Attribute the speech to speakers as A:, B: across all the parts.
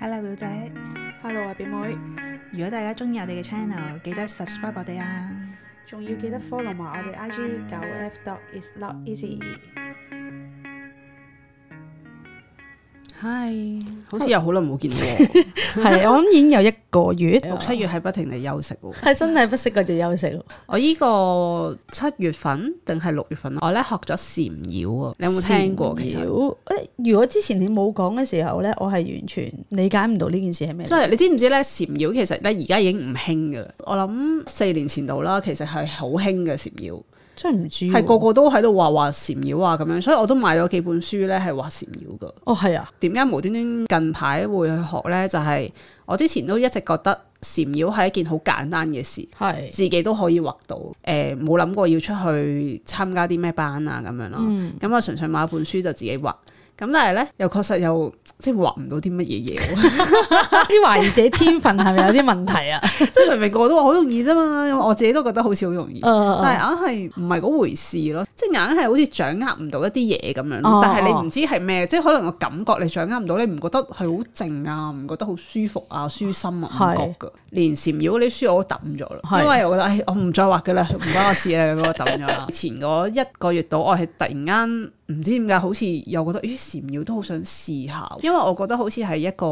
A: Hello 表姐，
B: Hello 啊，表妹，
A: 如果大家中意我哋嘅 channel，記得 subscribe 我哋啊！
B: 仲要記得 follow 埋我哋 IG 九 F dot is not easy。
A: 嗨，
C: 好似又好耐冇 見喎，
D: 係，我諗已經有一個月，
C: 六七月係不停地休息喎。
D: 係身體不適嗰隻休息喎。
C: 我依個七月份定係六月份，啊我咧學咗禪繞啊，你有冇聽過？其
D: 纏
C: 實
D: 繞誒如果之前你冇講嘅時候咧，我係完全理解唔到呢件事係咩
C: 即。係你知唔知咧？禪繞其實咧而家已經唔興噶啦。我諗四年前度啦，其實係好興嘅禪繞，
D: 真係唔知喎。
C: 係個個都喺度話話禪繞啊咁樣，所以我都買咗幾本書咧係話禪繞噶。
D: 哦，係啊，
C: 點解無端端近排會去學呢？就係、我之前都一直覺得禪繞係一件好簡單嘅事，
D: 係
C: 自己都可以畫到。誒冇諗過要出去參加啲咩班啊咁樣咯。咁、我純粹買本書就自己畫。咁但係呢，又確實又即係畫唔到啲乜嘢嘢喎，
D: 啲懷疑自己天分係咪有啲問題啊？
C: 即係明明個個都話好容易啫嘛，我自己都覺得好似好容易，
D: 誒，
C: 但 係啊硬係唔係嗰回事咯，即係硬係好似掌握唔到一啲嘢咁樣，
D: 哦
C: 但係你唔知係咩，即係可能個感覺你掌握唔到，你唔覺得係好靜啊，唔覺得好舒服啊、舒心啊，
D: 係
C: 唔覺㗎。連禪繞嗰啲書我都抌咗啦，
D: 係
C: 因為我覺得唉，我唔再畫嘅啦，唔關我事啦，咁我抌咗 啦。前嗰一個月度，我係突然間。唔知點解，好似又覺得咦禪繞都好想試下，因為我覺得好似係一個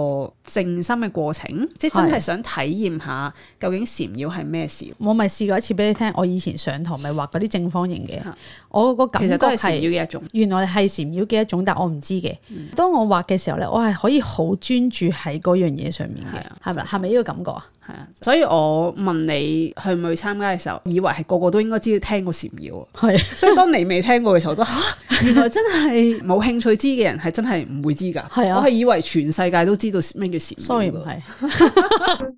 C: 靜心嘅過程，即係真係
D: 係
C: 想體驗下究竟禪繞係咩事。
D: 我咪試過一次俾你聽，我以前上堂咪畫嗰啲正方形嘅，我個感
C: 啊其
D: 覺
C: 實都係
D: 係。
C: 禪繞嘅一種。
D: 原來係禪繞嘅一種，但我唔知嘅。
C: 嗯
D: 當我畫嘅時候咧，我係可以好專注喺嗰樣嘢上面
C: 係
D: 嘅
C: 啊，
D: 係咪？係咪呢個感覺 啊？
C: 係啊，所以我問你去唔去參加嘅時候，以為係個個都應該知聽過禪繞啊。
D: 係。
C: 所以當你未聽過嘅時候， 我都嚇，原來真係冇興趣知嘅人係真係唔會知㗎。
D: 係啊
C: 我係以為全世界都知道咩叫禪繞㗎。
D: Sorry，唔係。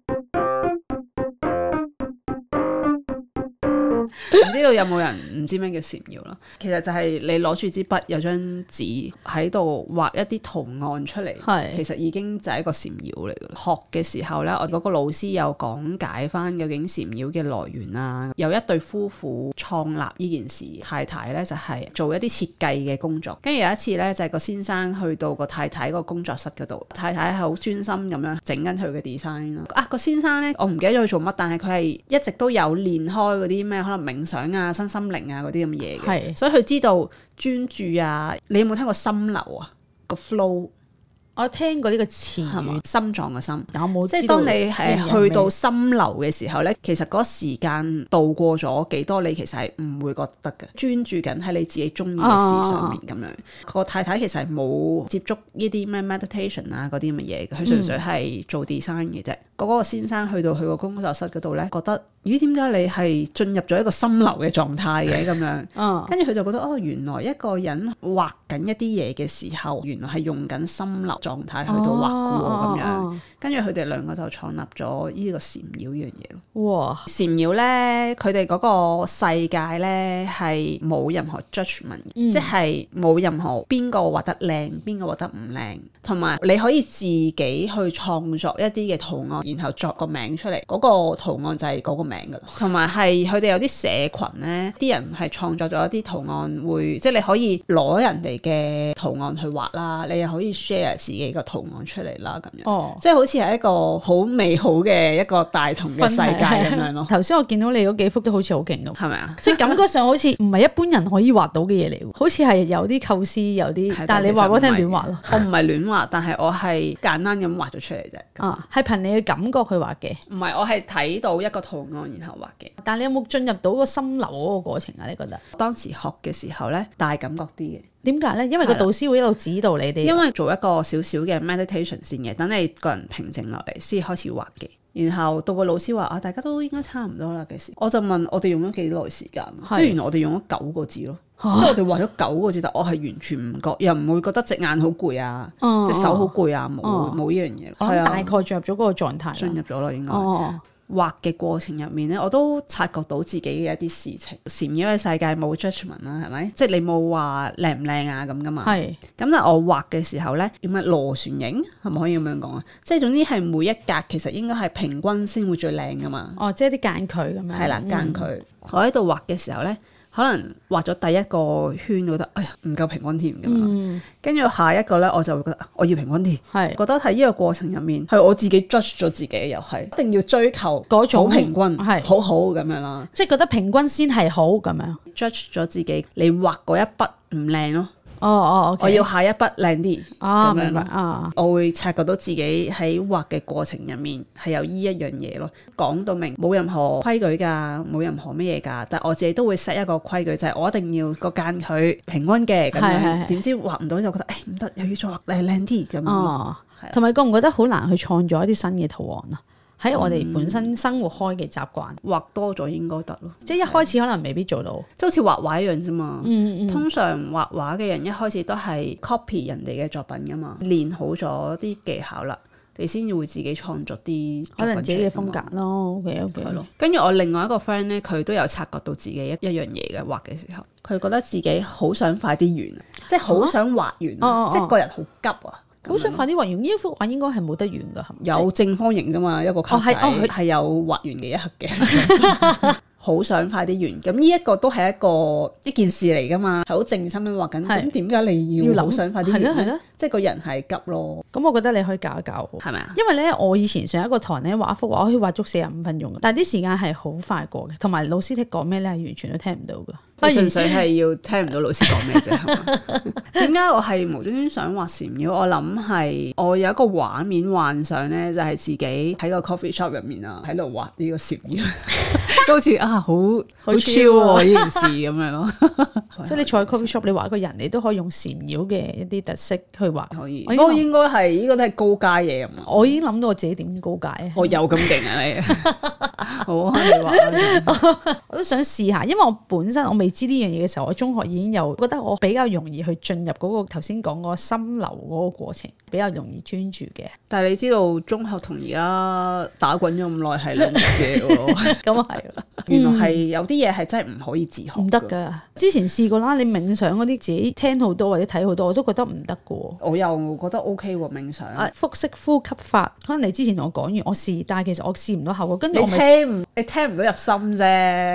C: 唔知道有冇人唔知咩叫禪繞啦？其實就係你攞住支筆，有張紙喺度畫一啲圖案出嚟，
D: 係
C: 其實已經就係一個禪繞嚟嘅。學嘅時候咧，我嗰個老師有講解翻究竟禪繞嘅來源啦。有一對夫婦創立呢件事，太太咧就係、做一啲設計嘅工作，跟住有一次咧就係、個先生去到個太太個工作室嗰度，太太係好專心咁樣整緊佢嘅 design 啦。啊個先生咧，我唔記得咗佢做乜，但係佢係一直都有練開嗰啲咩可能冥想啊、身心靈啊嗰啲咁嘅嘢嘅，
D: 係
C: 所以佢知道專注啊。你有冇聽過心流啊？個 flow
D: 我聽過呢個詞
C: 係嘛
D: 語，？
C: 心臟嘅心。
D: 嗯但我冇
C: 即係
D: 知道
C: 當你
D: 呢樣
C: 係
D: 嘢
C: 去到心流嘅時候咧，其實嗰時間度過咗幾多，你其實係唔會覺得嘅，專注緊喺你自己中意嘅事上面咁
D: 哦
C: 樣。個太太其實係冇接觸呢啲咩 meditation 啊嗰啲咁嘅嘢嘅，
D: 嗯
C: 佢純粹係做 design 嘅啫。嗰、個先生去到佢個工作室嗰度咧，覺得咦點解你係進入咗一個心流嘅狀態嘅咁樣？
D: 嗯
C: 跟住佢就覺得哦，原來一個人畫緊一啲嘢嘅時候，原來係用緊心流狀態去
D: 啊
C: 到畫嘅喎咁樣。
D: 哦
C: 跟住佢哋兩個就創立咗呢個禪繞呢樣嘢咯。
D: 哇，
C: 禪繞咧，佢哋嗰個世界咧係冇任何 judgment，、即係冇任何邊個畫得靚，邊個畫得唔靚，同埋你可以自己去創作一啲嘅圖案，然後作個名出嚟，嗰、個圖案就係嗰個名噶啦。同埋係佢哋有啲社群咧，啲人係創作咗一啲圖案會，即係你可以攞人哋嘅圖案去畫啦，你又可以 share 自己個圖案出嚟啦，咁樣。
D: 哦，
C: 即係好似係一個好美好嘅一個大同嘅世界咁樣咯，
D: 頭先我見到你嗰幾幅都好似好勁 咁，
C: 係咪啊？
D: 即係感覺上好似唔係一般人可以畫到嘅嘢嚟喎，好似係有啲構思，有
C: 係
D: 啲，但係你話俾我聽亂畫咯。。
C: 但其實唔係我唔係亂畫，但係我係簡單咁畫咗出嚟啫。
D: 啊，係憑你嘅感覺去畫嘅，
C: 唔係，我係睇到一個圖案然後畫嘅。
D: 但係你有冇進入到個心流嗰個過程啊？你覺得
C: 當時學嘅時候呢，大感覺啲嘅，
D: 點解咧？因為個
C: 係啦啊
D: 導師會一路指導你哋
C: 因，為做一個少少嘅 meditation 先嘅，等你個人平靜落嚟先開始畫嘅。然後到個老師話啊，大家都應該差唔多啦嘅時，我就問我哋用咗幾耐時間啊？
D: 係
C: 跟住原來我哋用咗九個字咯。即係我哋畫咗九個字，但我係完全唔覺，又唔會覺得隻眼好攰啊，
D: 哦
C: 隻手好攰啊，冇
D: 哦
C: 冇呢樣嘢。
D: 我
C: 係
D: 諗
C: 啊
D: 大概進入咗嗰個狀態
C: 進
D: 啦。
C: 入咗啦，應該
D: 哦，
C: 畫嘅過程入面咧，我都察覺到自己嘅一啲事情。禪繞嘅世界冇 judgment 啦，係咪？即係你冇話靚唔靚啊咁噶嘛。
D: 哦係
C: 咁但係我畫嘅時候咧，叫咩螺旋形係咪可以咁樣講啊？即係總之係每一格其實應該係平均先會最靚噶嘛。
D: 哦，即係啲間距咁樣。
C: 係啦，間
D: 嗯
C: 距。我喺度畫嘅時候咧，可能畫咗第一個圈，覺得哎呀唔夠平均添咁樣，
D: 嗯，
C: 跟住、下一個咧我就會覺得啊我要平均啲。
D: 係
C: 覺得喺呢個過程入面，係我自己 judge 咗自己，又係一定要追求
D: 嗰
C: 好
D: 種
C: 平均，
D: 係
C: 好好咁樣啦。
D: 即係覺得平均先係好咁樣。
C: judge 咗自己，你畫嗰一筆唔靚咯，
D: 哦哦，OK，
C: 我要下一筆靚啲。
D: 啊，
C: 咁樣
D: 明白
C: 咯
D: 啊，
C: 我會察覺到自己喺畫嘅過程入面係有依一樣嘢咯，講到明冇任何規矩㗎，冇任何乜嘢㗎，但我自己都會 set 一個規矩，就係、我一定要個間距平均嘅咁
D: 係係
C: 樣。
D: 係
C: 點知畫唔到就覺得誒唔得，又要再畫靚靚啲咁樣咯。
D: 哦
C: 係啊，
D: 同埋覺唔覺得好難去創造一啲新嘅圖案啊？喺我
C: 嗯
D: 哋本身生活開嘅習慣，
C: 畫多咗應該得咯，
D: 即係一開始可能未必做到。
C: 即係好似畫畫一樣啫嘛。
D: 嗯嗯，
C: 通常畫畫嘅人一開始都係 copy 人哋嘅作品噶嘛，練好咗啲技巧啦，你先至會自己創作啲
D: 可能自己嘅風
C: 作品出嚟㗎嘛
D: 格咯。OK OK，
C: 係咯。跟住我另外一個 friend 咧，佢都有察覺到自己一一樣嘢嘅畫嘅時候，佢覺得自己好想快啲完，啊即係好想畫完，
D: 啊哦哦哦
C: 即係個人好急啊。咁
D: 好想
C: 樣
D: 快啲畫完呢一幅畫，應該係冇得完噶，係咪？
C: 有正方形啫嘛，一個卡
D: 哦
C: 仔
D: 係哦佢
C: 係有畫完嘅一刻嘅， 好想快啲完。咁呢一個都係一個一件事嚟噶嘛，係好靜心咁畫緊。
D: 係
C: 咁點解你要
D: 要諗
C: 好想快啲
D: 係咯
C: 完
D: 係
C: 咧
D: 咯？
C: 即係個人係急咯，
D: 咁我覺得你可以教一教我。
C: 係咪啊？
D: 因為咧，我以前上一個堂咧畫一幅畫，我可以畫足四十五分鐘嘅，但係啲時間係好快過嘅，同埋老師聽講咩咧，係完全都聽唔到嘅。
C: 你純
D: 然
C: 粹係要聽唔到老師講咩 啫。係嘛點解我係無端端想畫禪繞？我諗係我有一個畫面幻想咧，就係自己喺個 coffee shop 入面啊，喺度畫呢個禪 繞，都好似啊好好
D: 好
C: chill
D: chill 啊
C: 喎呢件事咁樣咯。
D: 即係你坐喺 coffee shop，你畫一個人，你都可以用禪繞嘅一啲特色去畫。
C: 可以，
D: 我
C: 不
D: 已經
C: 過應該係呢個都係高階嘢咁啊！
D: 我已經諗到我自己點高解啊！
C: 我有咁勁 啊你，好啊你話啊
D: 我都想試下，因為我本身我未知呢樣嘢嘅時候，我中學已經有覺得我比較容易去進入嗰、個頭先講嗰個心流嗰個過程，比較容易專注嘅。
C: 但係你知道中學同而家打滾咗咁耐係兩件事嚟喎，
D: 咁啊係。
C: 原來係有啲嘢係真係唔可以自學，
D: 唔得。噶，之前試過啦，你冥想嗰啲自己聽好多或者睇好多，我都覺得唔得噶喎。
C: 我又覺得 O K 喎，冥想。
D: 啊，腹式呼吸法，可能你之前同我講完，我試，但係其實我試唔到效果，跟住
C: 你
D: 我咪，
C: 聽唔你聽唔到入心啫，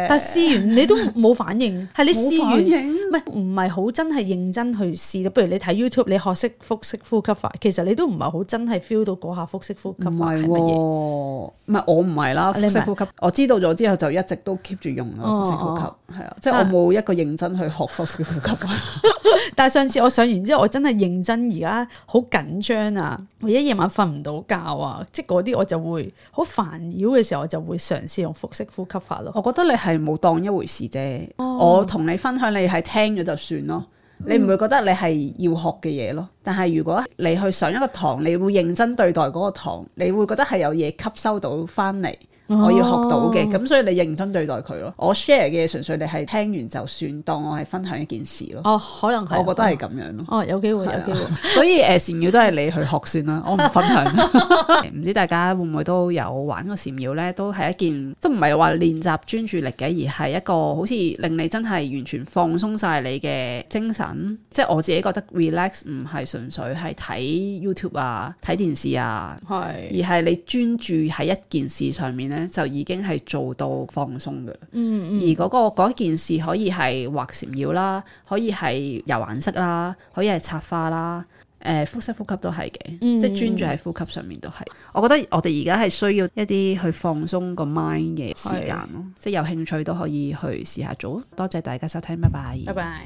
D: 但係試完你都冇反應，係你試 完
C: 冇反
D: 唔
C: 應
D: 係唔係好真係認真去試，不如你睇 YouTube，你學識腹式呼吸法，其實你都唔係好真係 feel 到嗰下腹式呼吸
C: 唔
D: 法係
C: 係喎，
D: 乜嘢。啊
C: 唔係我唔係啦，
D: 你
C: 腹式
D: 唔係
C: 呼吸，我知道咗之後就一直都 keep 住用啦，
D: 哦
C: 腹式呼吸
D: 哦
C: 係啊，即係我冇一個認真去學腹式呼吸。
D: 但係上次我上完之後，我真係認真，而家好緊張啊！我一夜晚瞓唔到覺啊，即係嗰啲我就會好煩擾嘅時候，我就會嘗試用腹式呼吸法咯。
C: 我覺得你係冇當一回事啫。
D: 哦
C: 我同你分享，你係聽咗就算咯。你唔會覺得你係要學嘅嘢咯，但係如果你去上一個堂，你會認真對待嗰個堂，你會覺得係有嘢吸收到翻嚟，
D: 哦
C: 我要學到嘅，咁所以你認真對待佢咯。我 share 嘅嘢純粹你係聽完就算，當我係分享一件事咯。
D: 哦，可能係，
C: 我覺得係咁樣咯。
D: 哦，有機會，有機會。
C: 所以誒禪繞都係你去學算啦，我唔分享。 唔知大家會唔會都有玩過禪繞咧？都係一件都唔係話練習專注力嘅，而係一個好似令你真係完全放鬆晒你嘅精神。即係我自己覺得 relax 唔係純粹係睇 YouTube 啊、睇電視啊。而
D: 係，
C: 係你專注喺一件事上面咧，就已經係做到放鬆嘅。
D: 嗯
C: 而嗰、個嗰件事可以係畫禪繞啦，可以係油顏色啦，可以係插花啦。誒、腹式呼吸都係嘅，
D: 嗯
C: 即係專注喺呼吸上面都係。我覺得我哋而家係需要一啲去放鬆個 mind 嘅時間咯，即係有興趣都可以去試下做啊。多謝大家收聽，拜拜。
D: 拜拜。